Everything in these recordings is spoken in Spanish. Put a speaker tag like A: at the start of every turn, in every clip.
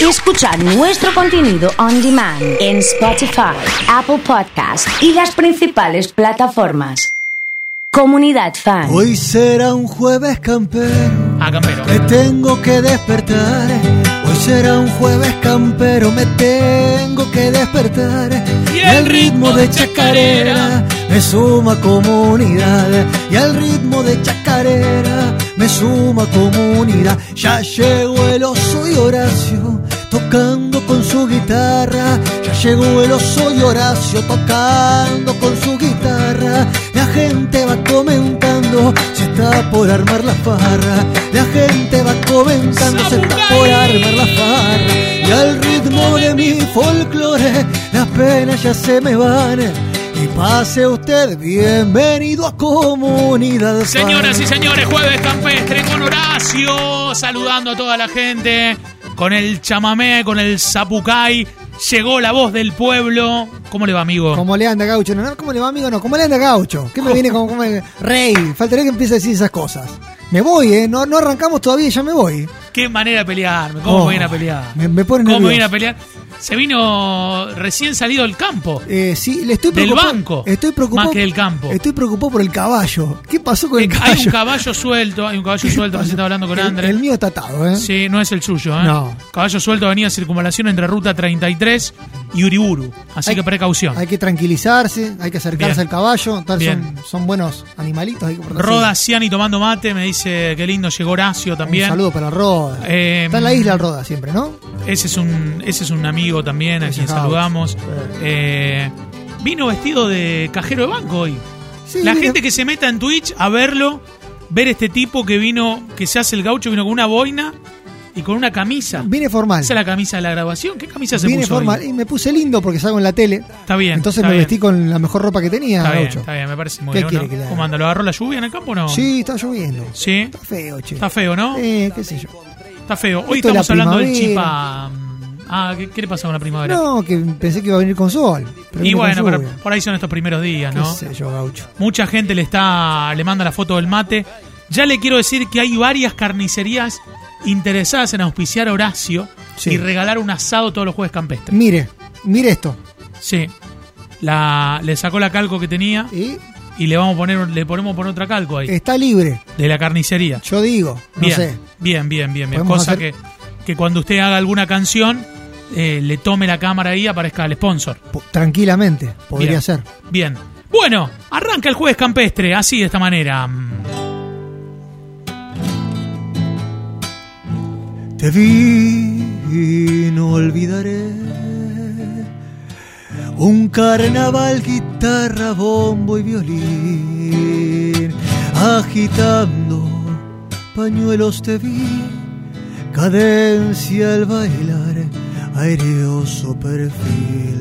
A: y escuchar nuestro contenido on demand en Spotify, Apple Podcast y las principales plataformas. Comunidad Fan.
B: Hoy será un jueves campero,
C: Ah, campero.
B: me tengo que despertar. Hoy será un jueves campero, me tengo que despertar.
C: Y el ritmo de chacarera
B: me suma comunidad. Y al ritmo de chacarera me suma comunidad. Ya llegó el oso y Horacio tocando con su guitarra. Ya llegó el oso y Horacio tocando con su guitarra. La gente va comentando, se está por armar la farra. La gente va comentando, se está por armar la farra. Y al ritmo de mi folclore, las penas ya se me van. Y pase usted bienvenido a comunidad. Fan.
C: Señoras y señores, jueves campestre con Horacio, saludando a toda la gente, con el chamamé, con el zapucay. Llegó la voz del pueblo. ¿Cómo le va, amigo?
D: Como le anda gaucho, no, no, ¿cómo le va amigo? No, ¿cómo le anda gaucho? ¿Qué me viene como, como el- rey? Faltaría que empiece a decir esas cosas. Me voy, ¿eh? No, no arrancamos todavía, ya me voy.
C: Qué manera de pelearme, cómo
D: Oh,
C: me viene a pelear.
D: me- me pone
C: ¿Cómo
D: nervioso.
C: me viene a pelear? Se vino recién salido del campo.
D: Eh, sí, le estoy
C: Del
D: preocupado.
C: banco,
D: Estoy preocupado.
C: más que del campo. Eh,
D: Estoy preocupado por el caballo. ¿Qué pasó con el
C: Hay un
D: caballo?
C: caballo suelto, hay un caballo suelto, recién estaba hablando con
D: El-
C: Andrés.
D: El, mío está atado, ¿eh?
C: Sí, no es el suyo, ¿eh?
D: No.
C: Caballo suelto, avenida circunvalación entre ruta 33 y Uriburu. Así
D: Hay-
C: que precaución.
D: Hay que tranquilizarse, hay que acercarse
C: Bien.
D: al caballo. tal,
C: Bien.
D: son, son buenos animalitos. Hay que portarse bien.
C: Roda Ciani tomando mate, me dice qué lindo llegó Horacio
D: Un
C: también.
D: saludo para Roda.
C: Eh,
D: está en la isla el Roda siempre, ¿no?
C: Ese es un, ese es un amigo también a
D: Ese
C: quien
D: es House.
C: saludamos.
D: Sí.
C: Eh, vino vestido de cajero de banco hoy.
D: Sí,
C: La
D: mira.
C: gente que se meta en Twitch a verlo, ver este tipo que vino, que se hace el gaucho, vino con una boina y con una camisa.
D: Viene formal.
C: Esa es la camisa de la grabación. ¿Qué camisa se
D: Vine
C: puso? hoy?
D: formal y me puse lindo porque salgo en la tele.
C: Está bien.
D: Entonces
C: está
D: me
C: bien.
D: vestí con la mejor ropa que tenía,
C: Está bien,
D: gaucho.
C: está bien, me parece muy
D: ¿Qué
C: bien.
D: quiere
C: ¿no?
D: que le haga?
C: ¿Cómo anda? ¿Lo agarró la lluvia en el campo o no?
D: Sí, está lloviendo.
C: Sí.
D: Está feo, che.
C: Está feo, ¿no?
D: Eh, qué sé yo.
C: Está feo. Hoy
D: Esto es
C: estamos
D: la
C: hablando del
D: primavera.
C: chipa. Ah, ¿qué, qué le pasó con la primavera?
D: No, que pensé que iba a venir con sol. Pero
C: y
D: vino con
C: bueno, pero
D: lluvia.
C: por ahí son estos primeros días,
D: Qué
C: ¿no?
D: sé yo, gaucho.
C: Mucha gente le está le manda la foto del mate. Ya le quiero decir que hay varias carnicerías interesadas en auspiciar a Horacio
D: Sí.
C: y regalar un asado todos los jueves campestres.
D: Mire, mire esto.
C: Sí. La, le sacó la calco que tenía
D: Y
C: y le vamos a poner le ponemos por otra calco ahí
D: está libre,
C: de la carnicería.
D: yo digo. No
C: Bien,
D: sé.
C: bien, bien, bien, bien.
D: Podemos
C: Cosa
D: hacer-
C: que, que cuando usted haga alguna canción, eh, le tome la cámara ahí y aparezca el sponsor.
D: po- tranquilamente, podría
C: Bien,
D: ser.
C: Bien. Bueno, arranca el jueves campestre, así de esta manera. Mm,
B: Te vi y no olvidaré un carnaval, guitarra, bombo y violín. Agitando pañuelos te vi, cadencia al bailar, aireoso perfil.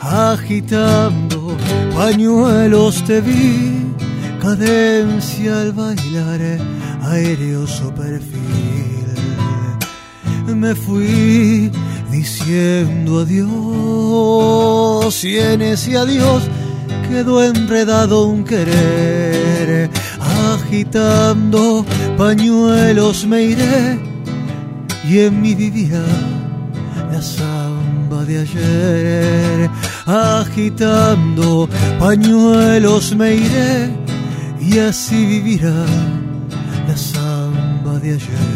B: Agitando pañuelos te vi, cadencia al bailar, aireoso perfil. Me fui diciendo adiós y en ese adiós quedó enredado un querer. Agitando pañuelos me iré y en mi vivía la samba de ayer. Agitando pañuelos me iré y así vivirá la samba de ayer.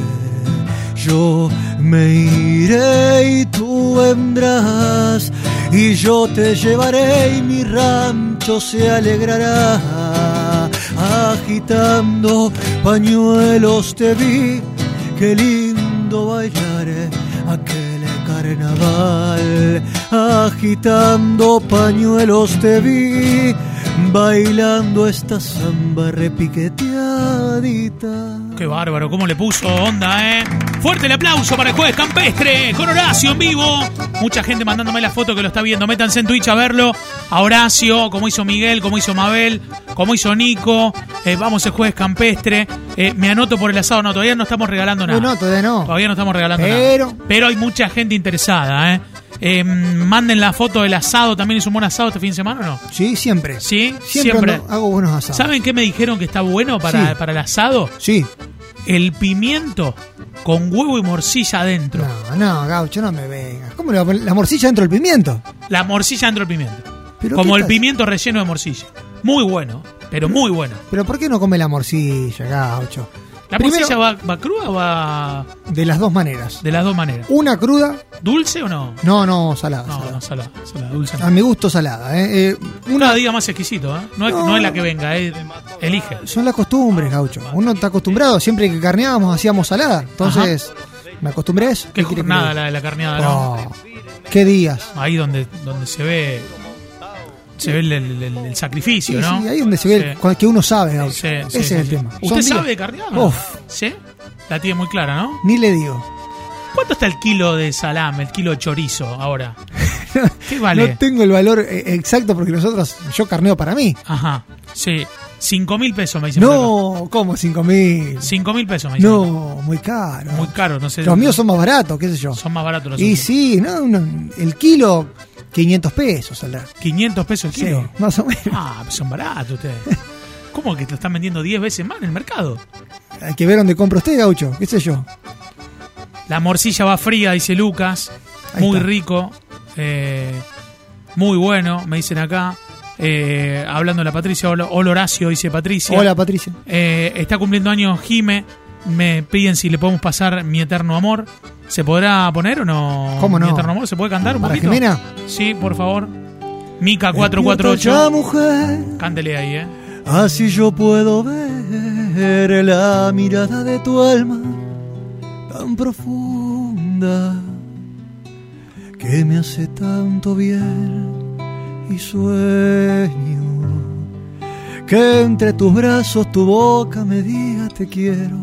B: Yo me iré y tú vendrás y yo te llevaré y mi rancho se alegrará. Agitando pañuelos te vi, qué lindo bailar aquel carnaval. Agitando pañuelos te vi, bailando esta samba repiqueteadita.
C: qué bárbaro, cómo le puso onda, ¿eh? Fuerte el aplauso para el jueves campestre, con Horacio en vivo. Mucha gente mandándome la foto que lo está viendo. Métanse en Twitch a verlo. A Horacio, como hizo Miguel, como hizo Mabel, como hizo Nico. Eh, vamos el jueves campestre. Eh, me anoto por el asado. No, todavía no estamos regalando nada.
D: No, no, todavía no.
C: Todavía no estamos regalando
D: Pero-
C: nada. Pero hay mucha gente interesada, ¿eh? Eh, Manden la foto del asado. ¿También es un buen asado este fin de semana o no?
D: Sí, siempre.
C: Sí,
D: Siempre,
C: siempre.
D: ando- hago buenos asados.
C: ¿Saben qué me dijeron que está bueno para,
D: Sí.
C: para el asado?
D: Sí,
C: el pimiento con huevo y morcilla adentro.
D: No, no, gaucho, no me vengas. ¿Cómo le va a poner la morcilla dentro del pimiento?
C: La morcilla dentro del pimiento.
D: ¿Pero
C: Como
D: qué
C: el
D: tal?
C: pimiento relleno de morcilla. Muy bueno, pero muy bueno.
D: Pero ¿por qué no come la morcilla, gaucho?
C: ¿La
D: Primero,
C: morcilla va, va cruda o va
D: De las dos maneras.
C: de las dos maneras?
D: Una cruda,
C: ¿Dulce o no?
D: no, no, salada.
C: No,
D: salada.
C: no, salada, salada, dulce.
D: A mi gusto salada. ¿eh? Eh,
C: Una día más exquisito, ¿eh? No es, no es la que venga, eh. elige.
D: son las costumbres, gaucho. Uno está acostumbrado, siempre que carneábamos hacíamos salada. Entonces, me acostumbré a eso.
C: Qué
D: quiere que
C: jornada
D: le
C: la de la carneada,
D: diga?
C: ¿no?
D: Oh, Qué días.
C: Ahí donde, donde se ve se ve el, el- el- el sacrificio,
D: Sí,
C: ¿no?
D: sí, ahí es donde se ve
C: Sí.
D: el- cual- que uno sabe, Gaucho.
C: Sí, sí,
D: Ese es
C: sí,
D: el
C: sí.
D: tema.
C: ¿Usted
D: Son
C: sabe de
D: días.
C: carneada? o no?
D: Uf.
C: ¿Sí? La tiene muy clara, ¿no?
D: Ni le digo.
C: ¿Cuánto está el kilo de salame, el kilo de chorizo ahora? ¿Qué vale?
D: No tengo el valor eh, exacto porque nosotros, yo carneo para mí.
C: Ajá, sí. Cinco mil pesos me dicen. por acá.
D: No, ¿cómo? ¿Cinco mil?
C: Cinco mil pesos me dicen.
D: No, muy caro.
C: Muy caro, no sé.
D: Los míos son más baratos, qué sé yo.
C: Son más baratos los
D: y
C: otros.
D: sí, no, uno- el kilo, 500 pesos saldrá.
C: 500 pesos el
D: Sí,
C: kilo.
D: más o menos.
C: Ah, son baratos ustedes. ¿Cómo que te lo están vendiendo 10 veces más en el mercado?
D: Hay que ver dónde compra usted, gaucho, qué sé yo.
C: La morcilla va fría, dice Lucas.
D: Ahí
C: Muy
D: está.
C: rico. eh, muy bueno, me dicen acá. Eh, hablando de la Patricia, hola hola Horacio, dice Patricia.
D: Hola, Patricia.
C: Eh, está cumpliendo años Jime. Me piden si le podemos pasar Mi Eterno Amor. ¿Se podrá poner o no?
D: ¿Cómo no?
C: Mi Eterno Amor, ¿se puede cantar un
D: ¿Para
C: poquito?
D: Jimena?
C: Sí, por favor. Mica
D: Despierta ya,
C: 448.
D: mujer,
C: Cántele ahí, ¿eh?
B: Así yo puedo ver la mirada de tu alma tan profunda que me hace tanto bien y sueño que entre tus brazos tu boca me diga te quiero.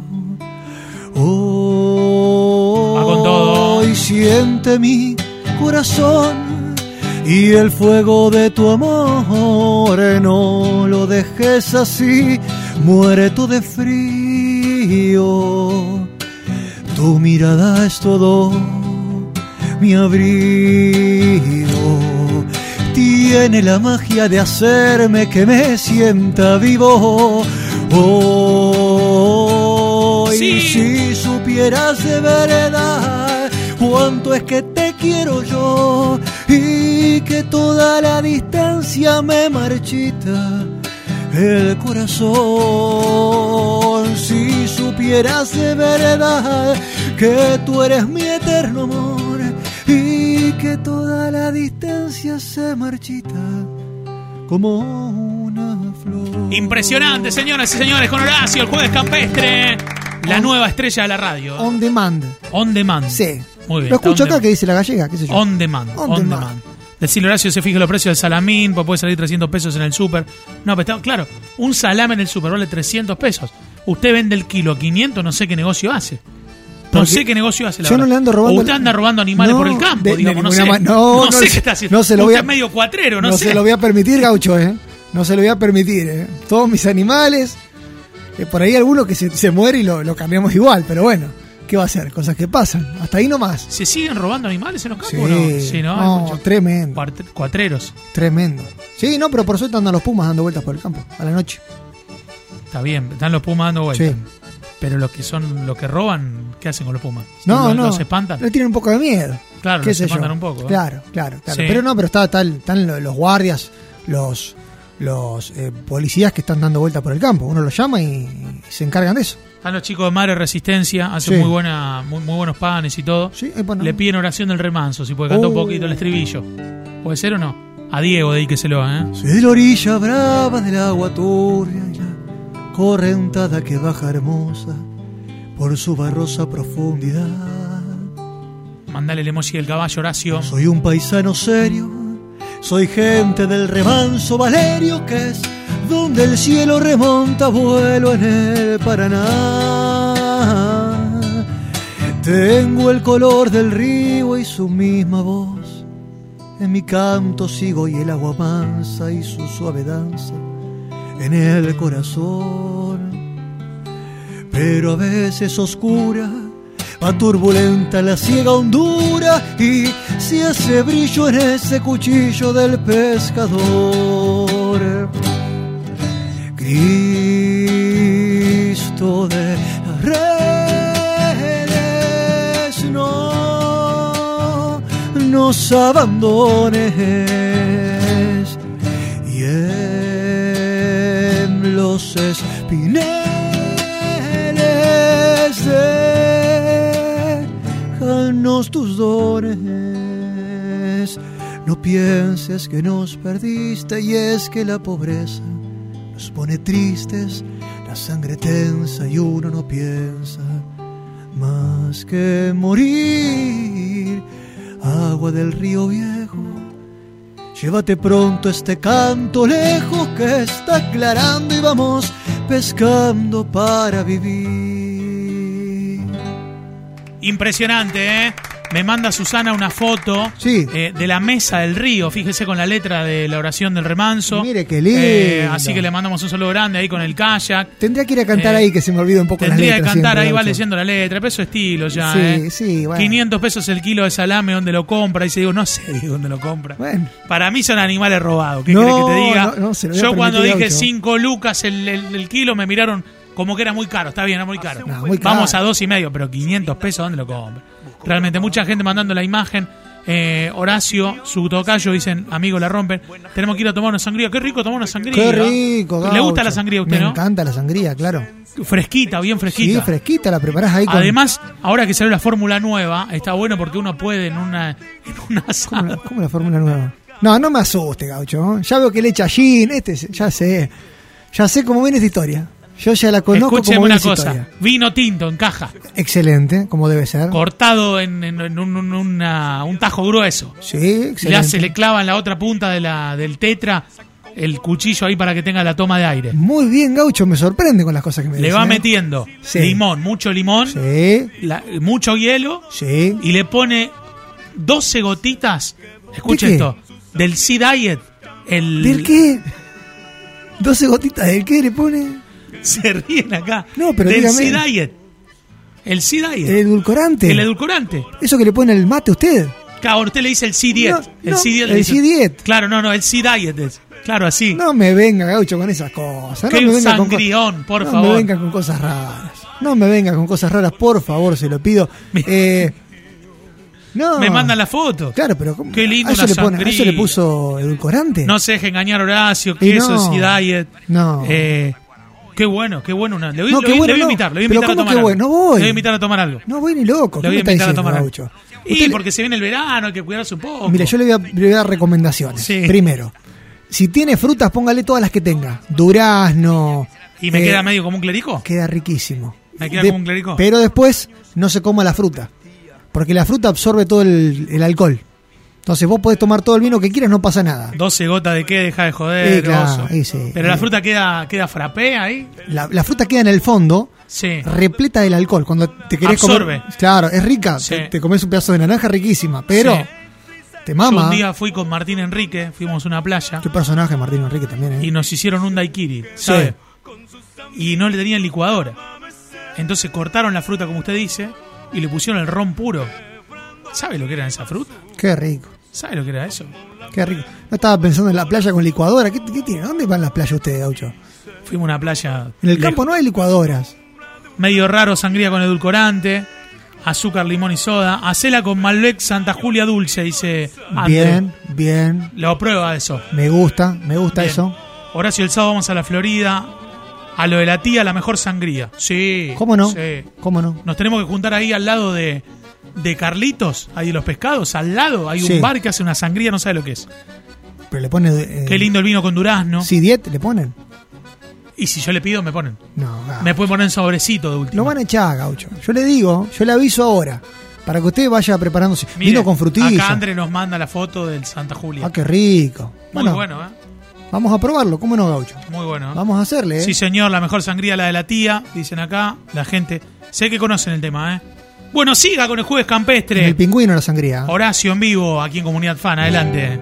B: Oh,
C: Va con todo.
B: y siente mi corazón y el fuego de tu amor. Eh, No lo dejes así, muere tú de frío. Tu mirada es todo mi abrigo. Tiene la magia de hacerme que me sienta vivo. Oh,
C: Sí.
B: y si supieras de verdad cuánto es que te quiero yo y que toda la distancia me marchita el corazón. Si supieras de verdad que tú eres mi eterno amor y que toda la distancia se marchita como una flor.
C: Impresionante, señoras y señores, con Horacio, el jueves campestre. La
D: On-
C: nueva estrella de la radio. On,
D: On demand.
C: demand.
D: Sí.
C: Muy bien,
D: Lo
C: está
D: escucho
C: on
D: acá
C: demand.
D: que dice la gallega, qué sé yo.
C: On demand. On,
D: On
C: demand.
D: demand.
C: Decirle Horacio se fije los precios del salamín, pues puede salir 300 pesos en el súper. No, pero está- claro, un salame en el súper vale 300 pesos. Usted vende el kilo a 500, no sé qué negocio hace. No
D: Porque
C: sé qué negocio hace, la
D: yo no
C: verdad.
D: le ando robando-
C: O usted anda robando animales
D: No,
C: por el campo,
D: de- de
C: digamos, no sé.
D: ninguna ma- no, no
C: sé
D: se-
C: qué está haciendo.
D: no se lo voy
C: Usted
D: a-
C: es medio cuatrero, no,
D: no
C: sé.
D: se lo voy a permitir, gaucho, ¿eh? No se lo voy a permitir, ¿eh? Todos mis animales. eh, por ahí alguno que se, se muere y lo, lo cambiamos igual, pero bueno. ¿Qué va a hacer? Cosas que pasan. Hasta ahí nomás.
C: ¿Se siguen robando animales en los campos
D: Sí,
C: o no? Sí, ¿no? Hay muchos
D: tremendo.
C: cuart- Cuatreros.
D: Tremendo. Sí, no, pero por suerte andan los Pumas dando vueltas por el campo a la noche.
C: Está bien, están los pumas dando vueltas.
D: Sí.
C: Pero los que son, los que roban, ¿qué hacen con los pumas?
D: No,
C: ¿Los-
D: no. Eh.
C: ¿Los espantan?
D: Le tienen un poco de miedo.
C: Claro,
D: ¿Qué
C: los
D: sé yo?
C: espantan un poco, ¿eh?
D: Claro, claro, claro.
C: Sí.
D: Pero no, pero está, está- están lo- los guardias, los los eh, policías que están dando vueltas por el campo. Uno los llama y, y se encargan de eso.
C: Están los chicos de Madre Resistencia, hacen
D: Sí.
C: muy, buena, muy, muy buenos panes y todo.
D: Sí, eh, bueno.
C: Le piden oración del remanso, si puede cantar un
D: Oh.
C: poquito el estribillo. ¿Puede ser o no? A Diego dedíqueselo, ¿eh?
B: Soy de la orilla brava del agua turbia y la correntada que baja hermosa por su barrosa profundidad.
C: Mandale el emoji del caballo, Horacio.
B: Soy un paisano serio, soy gente del remanso Valerio que es donde el cielo remonta vuelo en el Paraná. Tengo el color del río y su misma voz. En mi canto sigo y el agua mansa y su suave danza en el corazón. Pero a veces oscura, va turbulenta la ciega hondura y se hace brillo en ese cuchillo del pescador. Cristo de la nos abandones y en los espineles déjanos tus dones. No pienses que nos perdiste y es que la pobreza nos pone tristes, la sangre tensa y uno no piensa más que morir. Agua del río viejo, llévate pronto este canto lejos que está aclarando y vamos pescando para vivir.
C: Impresionante, ¿eh? Me manda Susana una foto
D: Sí.
C: eh, de la mesa del río, fíjese con la letra de la oración del remanso. Eh,
D: Mire qué lindo.
C: así que le mandamos un saludo grande ahí con el kayak.
D: Tendría que ir a cantar
C: Eh,
D: ahí, que se me olvida un poco las
C: Tendría
D: letras.
C: que cantar,
D: siempre,
C: ahí va
D: Nacho.
C: leyendo la letra, peso estilo ya.
D: Sí,
C: ¿eh?
D: sí, bueno.
C: 500 pesos el kilo de salame, ¿dónde lo compra? Y se digo, no sé digo, dónde lo compra.
D: Bueno.
C: Para mí son animales robados, ¿qué
D: No,
C: querés que te diga?
D: no, no, se lo voy a
C: Yo cuando
D: permitir,
C: dije
D: Gaucho.
C: 5 lucas el, el- el kilo me miraron como que era muy caro, está bien, era muy caro.
D: No, muy caro.
C: Vamos a dos y medio, pero 500 pesos, ¿dónde lo compra? Realmente, mucha gente mandando la imagen. Eh, Horacio, su tocayo, dicen, amigo, la rompen. Tenemos que ir a tomar una sangría. Qué rico tomar una sangría.
D: Qué rico,
C: ¿Le
D: gaucho.
C: gusta la sangría a usted,
D: Me
C: no?
D: encanta la sangría, claro.
C: Fresquita, bien fresquita.
D: Sí, fresquita, la preparás ahí con...
C: Además, ahora que salió la fórmula nueva, está bueno porque uno puede en una, en un
D: ¿Cómo la,
C: asado.
D: cómo la fórmula nueva? No, no me asuste, gaucho. Ya veo que le echa gin, este, se- ya sé. Ya sé cómo viene esta historia. Yo ya la conozco
C: Escúcheme
D: Pues como viene
C: una
D: esta
C: cosa:
D: historia.
C: vino tinto en caja,
D: Excelente, como debe ser.
C: cortado en, en- en un, un- una- un tajo grueso.
D: sí,
C: Y Le
D: excelente.
C: hace, le clava en la otra punta de la, del tetra el cuchillo ahí para que tenga la toma de aire.
D: Muy bien, gaucho, me sorprende con las cosas que me
C: Le
D: dice,
C: va
D: ¿eh?
C: metiendo
D: Sí.
C: limón, mucho limón,
D: Sí,
C: la- mucho hielo
D: sí.
C: y le pone 12 gotitas. Escucha
D: qué?
C: esto: del Sea Diet. El,
D: ¿Del qué? ¿12 gotitas del qué le pone?
C: se ríen acá.
D: No, pero
C: Del
D: dígame.
C: Sea Diet. El Sea Diet.
D: El edulcorante.
C: El edulcorante.
D: Eso que le pone el mate a usted.
C: Claro, ahora usted le dice el Sea Diet.
D: No,
C: el
D: no,
C: Sea Diet. le
D: el
C: dice-
D: Sea Diet.
C: Claro, no, no, el Sea Diet es. Claro, así.
D: No me venga, gaucho, con esas cosas.
C: Qué
D: no me venga con co-
C: sangrión, por
D: no
C: favor.
D: me venga con cosas raras. No me venga con cosas raras, por favor, se lo pido.
C: Mira.
D: Eh, no.
C: Me mandan la foto.
D: Claro, pero ¿cómo?
C: Qué lindo
D: ¿A eso,
C: una
D: le pone- a eso le
C: sangría.
D: puso edulcorante?
C: No se deje engañar, Horacio,
D: Y
C: que eso
D: no,
C: es Sea Diet.
D: no.
C: Eh, qué bueno, qué bueno. Una, le voy,
D: No,
C: le
D: qué
C: voy- le
D: bueno,
C: voy a
D: no.
C: invitar, le voy a
D: Pero
C: invitar a
D: ¿cómo
C: tomar
D: qué
C: algo.
D: bueno? No voy.
C: Le voy a invitar a tomar algo.
D: No voy ni loco.
C: Le
D: ¿Qué
C: voy
D: me
C: a
D: está
C: invitar a
D: diciendo,
C: tomar algo.
D: Gaucho? Usted
C: Y
D: le-
C: porque se viene el verano, hay que cuidarse un poco.
D: Mira, yo le voy, a, le voy a dar recomendaciones.
C: Sí.
D: Primero, si tiene frutas, póngale todas las que tenga. Durazno.
C: y me
D: eh,
C: queda medio como un clerico.
D: Queda riquísimo.
C: ¿Me queda como un clérigo?
D: Pero después no se coma la fruta. Porque la fruta absorbe todo el, el alcohol. Entonces vos podés tomar todo el vino que quieras, no pasa nada.
C: 12 gotas de qué, deja de joder.
D: Eh, claro,
C: oso.
D: eh, sí,
C: Pero
D: eh.
C: la fruta queda, queda frappé ahí.
D: La, la fruta queda en el fondo,
C: Sí.
D: repleta del alcohol. Cuando te querés
C: Absorbe.
D: comer. Claro, es rica.
C: Sí.
D: Te, te comes un pedazo de naranja riquísima, pero
C: Sí.
D: te
C: Yo
D: mama.
C: un día fui con Martín Enrique, fuimos a una playa
D: Qué personaje Martín Enrique también, ¿eh?
C: y nos hicieron un daiquiri, ¿sabe? Y no le tenían licuadora. Entonces cortaron la fruta, como usted dice, y le pusieron el ron puro. ¿Sabe lo que era esa fruta?
D: Qué rico.
C: ¿Sabe lo que era eso?
D: Qué rico. No estaba pensando en la playa con licuadora. ¿Qué, qué tiene? ¿Dónde van las playas ustedes, Gaucho?
C: Fuimos a una playa
D: En el
C: lejos.
D: campo no hay licuadoras.
C: medio raro, sangría con edulcorante, azúcar, limón y soda. Hacela con Malbec Santa Julia Dulce, dice André.
D: Bien, bien.
C: Lo prueba eso.
D: Me gusta, me gusta
C: Bien.
D: eso.
C: Horacio, el sábado vamos a la Florida. A lo de la tía, la mejor sangría. Sí.
D: ¿Cómo no?
C: Sí.
D: ¿Cómo no?
C: Nos tenemos que juntar ahí al lado de, de Carlitos, ahí de los pescados. Al lado hay
D: Sí.
C: un bar que hace una sangría, no sabe lo que es.
D: Pero le ponen. eh,
C: Qué lindo el vino con durazno.
D: Si diet le ponen.
C: Y si yo le pido, me ponen.
D: No, ga-
C: Me pueden poner en sobrecito de último.
D: lo van a echar, gaucho. Yo le digo, yo le aviso ahora. Para que usted vaya preparándose. Vino con frutilla.
C: Acá André nos manda la foto del Santa Julia.
D: Ah, qué rico.
C: Muy
D: Bueno,
C: bueno, ¿eh?
D: vamos a probarlo. ¿Cómo no, gaucho?
C: Muy bueno. ¿eh?
D: Vamos a hacerle, ¿eh?
C: Sí, señor, la mejor sangría la de la tía, dicen acá la gente. Sé que conocen el tema, ¿eh? Bueno, siga con el jueves
D: En
C: campestre.
D: el pingüino la sangría.
C: Horacio en vivo, aquí en Comunidad Fan, adelante.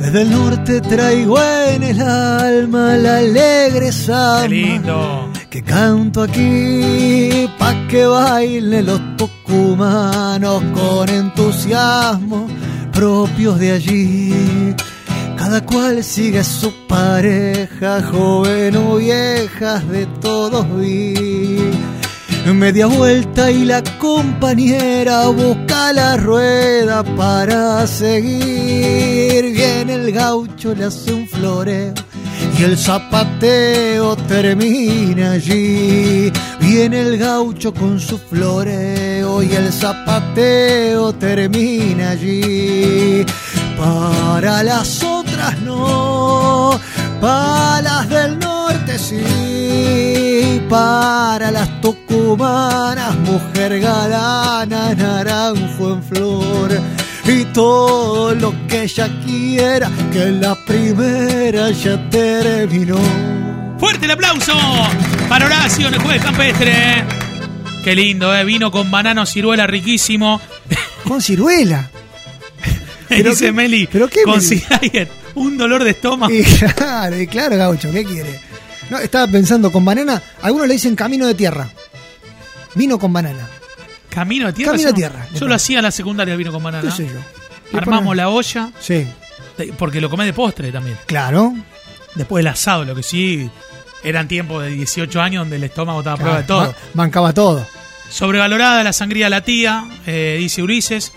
B: Desde el norte traigo en el alma la alegre samba
C: Qué lindo.
B: que canto aquí pa que bailen los tucumanos con entusiasmo propios de allí. Cada cual sigue a su pareja, joven o viejas, de todos vi. Media vuelta y la compañera busca la rueda para seguir. Viene el gaucho, le hace un floreo y el zapateo termina allí. Viene el gaucho con su floreo y el zapateo termina allí. Para las otras no, para las del norte sí, para las tucumanas, mujer galana, naranjo en flor y todo lo que ella quiera, que la primera ya terminó.
C: Fuerte el aplauso para Horacio en el jueves campestre. Qué lindo, ¿eh? Vino con banano, ciruela, riquísimo.
D: Con ciruela. Pero
C: dice
D: qué-
C: Meli,
D: pero qué,
C: con
D: Meli.
C: Sidayer, un dolor de
B: Ah.
C: estómago.
D: Y claro, y claro, gaucho, ¿qué quiere? No, estaba pensando, con banana, algunos le dicen camino de tierra. Vino con banana,
C: Camino de tierra.
D: Camino
C: yo
D: de
C: no-
D: tierra.
C: Yo lo hacía en la secundaria, el vino con
D: qué
C: banana.
D: sé yo. Le
C: Armamos
D: ponen-
C: la olla,
D: Sí,
C: te- porque lo comés de postre también.
D: claro.
C: Después el asado, lo que sí, eran tiempos de 18 años donde el estómago estaba a prueba de
D: claro,
C: todo.
D: ba- Bancaba todo.
C: Sobrevalorada la sangría de la tía, eh, dice Ulises.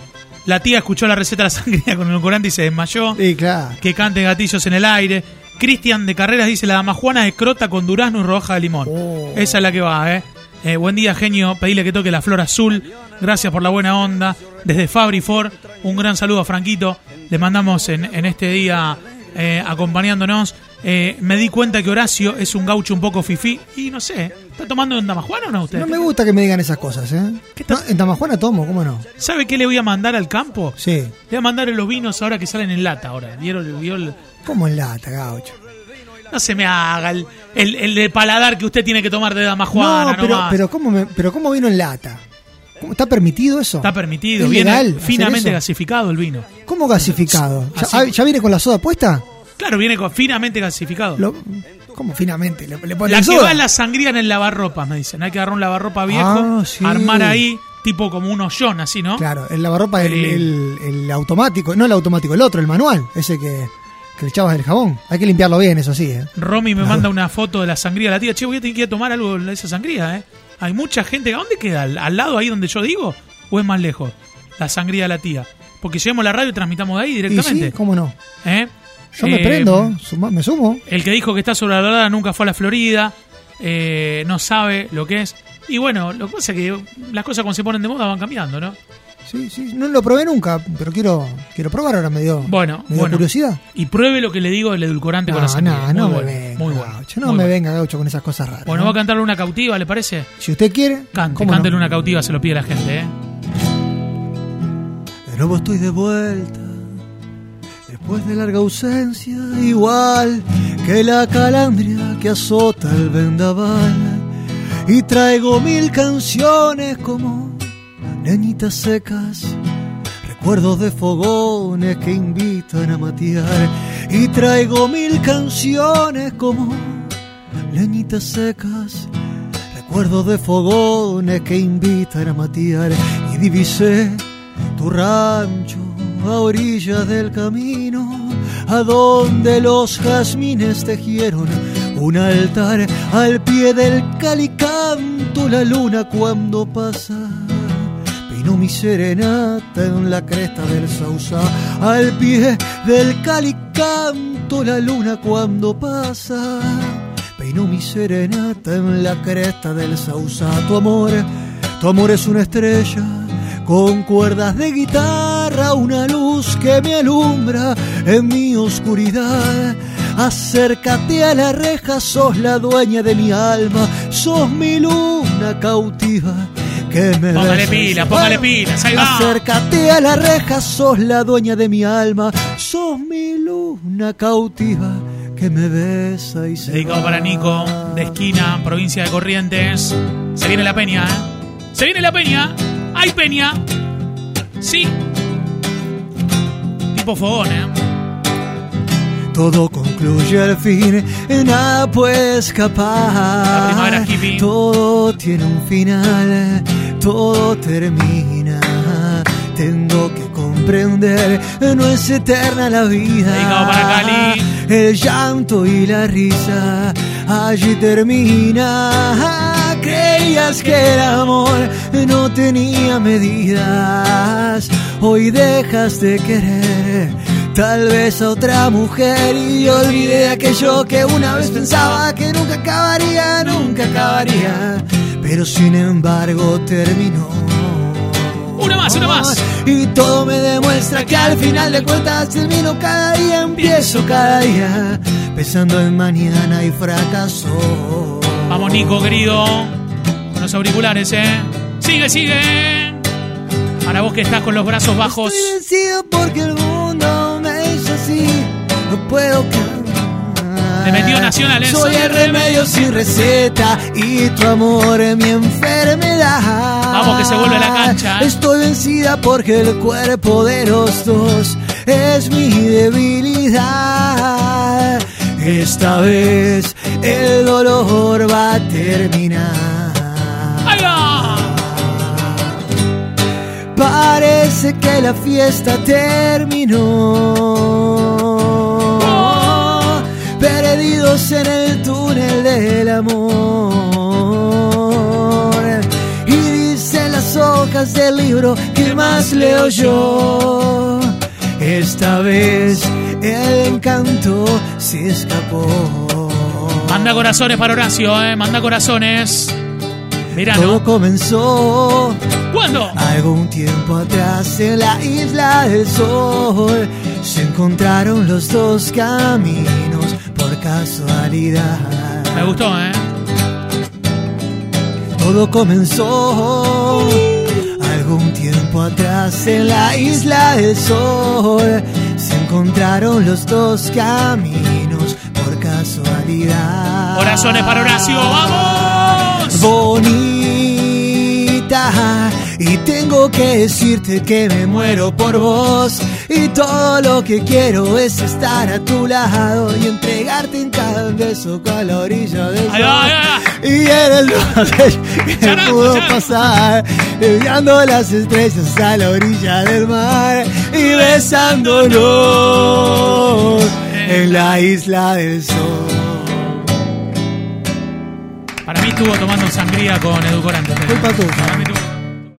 C: La tía escuchó la receta de la sangría con edulcorante y se desmayó.
D: Y claro.
C: Que cante gatillos en el aire. Cristian de Carreras dice la damajuana de crota con durazno y roja de limón.
D: Oh.
C: Esa es la que va, ¿eh? Eh, Buen día, genio. Pedile que toque la flor azul. Gracias por la buena onda. Desde Fabri Ford, un gran saludo a Franquito. Le mandamos en, en este día eh, acompañándonos. Eh, me di cuenta que Horacio es un gaucho un poco fifí. Y no sé, ¿está tomando en damajuana o no usted?
D: No me gusta que me digan esas cosas, ¿eh? No, en Tamajuana tomo, ¿cómo no?
C: ¿Sabe qué le voy a mandar al campo?
D: Sí.
C: Le voy a mandar los vinos ahora que salen en lata ahora. ¿Vieron? vio el-
D: ¿Cómo en lata, gaucho?
C: No se me haga el, el, el de paladar que usted tiene que tomar de damajuana.
D: no, pero,
C: nomás.
D: pero, ¿cómo me- pero ¿cómo vino en lata? ¿Cómo- ¿Está permitido eso?
C: Está permitido.
D: ¿Es
C: Viene
D: legal hacer
C: finamente
D: eso?
C: gasificado el vino.
D: ¿Cómo gasificado? ¿Ya,
C: Así.
D: ah, ¿ya viene con la soda puesta?
C: Claro, viene con, finamente gasificado.
D: Lo- ¿Cómo finamente? ¿Le, le ponen
C: la que
D: soda?
C: va en la sangría en el lavarropa, me dicen. Hay que agarrar un lavarropa viejo,
D: Ah, sí.
C: armar ahí, tipo como un hoyón, así, ¿no?
D: Claro, el lavarropa, el,
C: Sí.
D: el, el automático, no el automático, el otro, el manual, ese que, que le echabas del jabón. Hay que limpiarlo bien, eso sí, ¿eh?
C: Romy me manda una foto de la sangría de la tía. Che, voy a tener que ir a tomar algo de esa sangría, ¿eh? Hay mucha gente. ¿A dónde queda? ¿Al, al lado ahí donde yo digo? ¿O es más lejos? La sangría de la tía. Porque llevamos la radio y transmitamos de ahí
D: Y sí,
C: directamente.
D: ¿cómo no?
C: ¿eh?
D: Yo me
C: Eh,
D: prendo, suma- me sumo.
C: El que dijo que está sobre la verdad nunca fue a la Florida. eh, no sabe lo que es. Y bueno, lo que pasa es que las cosas cuando se ponen de moda van cambiando, ¿no?
D: Sí, sí, no lo probé nunca, pero quiero, quiero probar ahora, me dio,
C: Bueno,
D: me dio
C: bueno.
D: curiosidad.
C: Y pruebe lo que le digo del edulcorante con la
D: No,
C: sangría.
D: no,
C: Muy
D: no me
C: bueno,
D: venga,
C: muy bueno,
D: gaucho, no
C: muy
D: me
C: bueno.
D: venga, gaucho, con esas cosas raras.
C: Bueno,
D: ¿no?
C: va a cantar una cautiva, ¿le parece?
D: Si usted quiere,
C: Cante,
D: ¿cómo no?
C: cántele una cautiva, se lo pide la gente, ¿eh?
B: De nuevo estoy de vuelta, después de larga ausencia, igual que la calandria que azota el vendaval. Y traigo mil canciones como neñitas secas, recuerdos de fogones que invitan a matear. Y traigo mil canciones como leñitas secas, Recuerdos de fogones que invitan a matear y divisé tu rancho a orilla del camino, a donde los jazmines tejieron un altar al pie del calicanto la luna cuando pasa. Vino mi serenata en la cresta del Sausa, al pie del calicanto la luna cuando pasa. Peinó mi serenata en la cresta del sausa. Tu amor, tu amor es una estrella con cuerdas de guitarra, una luz que me alumbra en mi oscuridad. Acércate a la reja, sos la dueña de mi alma, sos mi luna cautiva. Que me
C: Póngale
B: besas.
C: pila, póngale pilas, ahí va.
B: Acércate a la reja, sos la dueña de mi alma, sos mi luna cautiva que me besa y se
C: Dedicado
B: va.
C: para Nico, de esquina, provincia de Corrientes. Se viene la peña, ¿eh? Se viene la peña. ¡Hay peña! Sí. Tipo fogón, ¿eh?
B: Todo concluye al fin, nada puede escapar.
C: La primavera hippie.
B: Todo tiene un final, todo termina. Tengo que comprender, no es eterna la vida.
C: Dedicado para Cali.
B: El llanto y la risa, allí termina. creías que el amor no tenía medidas. Hoy dejas de querer tal vez a otra mujer y olvidé aquello que una vez pensaba que nunca acabaría, nunca acabaría. Pero sin embargo terminó.
C: Una más, una más.
B: Y todo me demuestra que al final de cuentas termino cada día, empiezo cada día, pensando en mañana y fracaso.
C: Vamos, Nico, querido. Con los auriculares, ¿eh? Sigue, sigue. Para vos que estás con los brazos bajos.
B: Estoy vencido porque el mundo me hizo así. No puedo cambiar.
C: Le metió Nacional, ¿eh?
B: Soy el remedio sin receta y tu amor es mi enfermedad.
C: Vamos, que se vuelve la cancha, ¿eh?
B: Estoy vencida porque el cuerpo de los dos es mi debilidad. Esta vez el dolor va a terminar.
C: ¡Ahí va!
B: Parece que la fiesta terminó. Perdidos en el túnel del amor. Y dicen las hojas del libro que más leo yo. Esta vez el encanto se escapó.
C: Manda corazones para Horacio, ¿eh? Manda corazones. Verano.
B: Todo comenzó
C: ¿Cuándo?
B: Algún tiempo atrás en la isla del sol se encontraron los dos caminos por casualidad.
C: Me gustó, ¿eh?
B: Todo comenzó algún tiempo atrás en la isla del sol. Se encontraron los dos caminos por casualidad.
C: Corazones para Horacio, vamos.
B: bonita y tengo que decirte que me muero por vos y todo lo que quiero es estar a tu lado y entregarte en cada beso con la orilla del
C: Ahí va, ahí va, ahí
B: sol. y eres lo más que
C: Charango,
B: pudo
C: charango.
B: pasar enviando las estrellas a la orilla del mar y besándonos
C: Eh.
B: en la isla del sol
C: Para mí estuvo tomando sangría con edulcorante.
D: Culpa tuya.
C: Para mí estuvo-